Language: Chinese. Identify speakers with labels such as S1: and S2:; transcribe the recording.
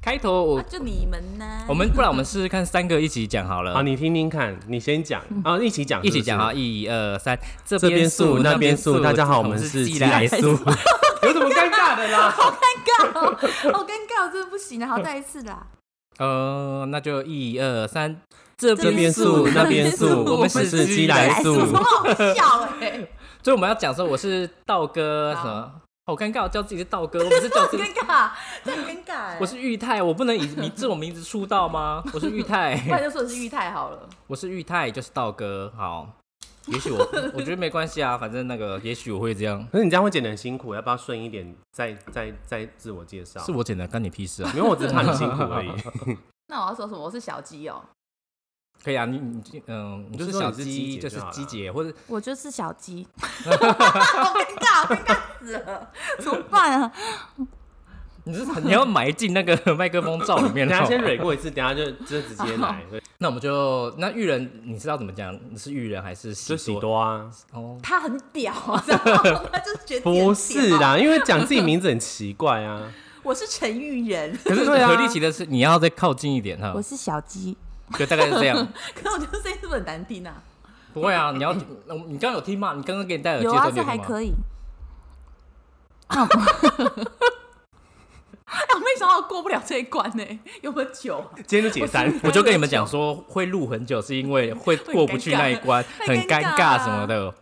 S1: 开头
S2: 啊
S1: 我
S2: 就你们呢？
S1: 我们不然我们试试看三个一起讲好了
S3: 好，，啊你听听看，你先讲啊，嗯一起讲，
S1: 一起讲
S3: 啊
S1: 啊，，一二三，这
S3: 这边
S1: 边
S3: 素那边素，大家好，我们是
S1: 寄
S3: 寄
S1: 来
S3: 来
S1: 素
S3: 素， 有什么尴尬的
S2: 尴
S3: 啦？
S2: 尬哦，好尴尬，我真的不行了，啊好再一次啦。
S1: 呃，那就一二三，这
S3: 这边素那边素，
S1: 我们
S3: 是
S1: 鸡
S3: 寄
S1: 来
S3: 来
S1: 素
S3: 素
S2: 什。么好笑哎？
S1: 所以我们要讲说我是道哥什么，好尴尬，叫自己是道哥，我们是叫
S2: 好
S1: 自己
S2: 尴，尬，这很尴尬哎。
S1: 我是玉泰，我不能以你这种名字出道吗？我是玉
S2: 不然
S1: 泰，
S2: 就说我是玉泰好了。
S1: 我是玉泰，就是道哥，好。也许我，我觉得没关系啊，反正那个，也许我会这样，
S3: 可是你这样会剪得很辛苦，要不要顺一点，再再再自我介绍？
S1: 是我剪的，干你屁事啊！
S3: 没有，我只是怕你辛苦 而已。
S2: 那我要说什么？我是小鸡哦，
S1: 可以啊，你你嗯，你
S3: 就是是
S1: 小
S3: 说你是鸡
S1: 鸡，
S3: 姐
S1: 就是
S3: 就好
S1: 鸡
S3: 了
S1: 姐，或 者
S2: 我就是小鸡。好尴尬，尴尬死了，怎么办啊？
S1: 你是你要埋进那 个麦克风罩里面。
S3: 等一下
S1: 好吧
S3: 先蕊过一次，等一下就就直接 来，对
S1: 那我们就那玉人，你知道怎么讲？你是玉人还是喜
S3: 就喜多啊。
S1: 哦，
S2: 他很屌啊，知道吗他就是觉得自己很屌
S3: 不是，啦，因为讲自己名字很奇怪啊。
S2: 我是陈玉人，
S1: 可是
S3: 对啊
S1: 何立奇的是你要再靠近一点哈，
S2: 是小鸡。
S1: 就大概是这样。
S2: 可是我觉得声音是不是很难听啊？
S1: 不会啊，你要你刚刚有听吗？你刚刚给你戴耳机
S4: 有
S1: 的时候
S4: 啊，
S1: 你
S4: 这
S1: 有
S4: 还
S1: 听吗？
S4: 可以。
S2: 哎，我没想到我过不了这一关呢，有没有久啊？
S3: 今天就解散，
S1: 我就跟你们讲说，会录很久是因为会过不去那一关，
S2: 太
S1: 很
S2: 尴尬
S1: 尴尬什么的。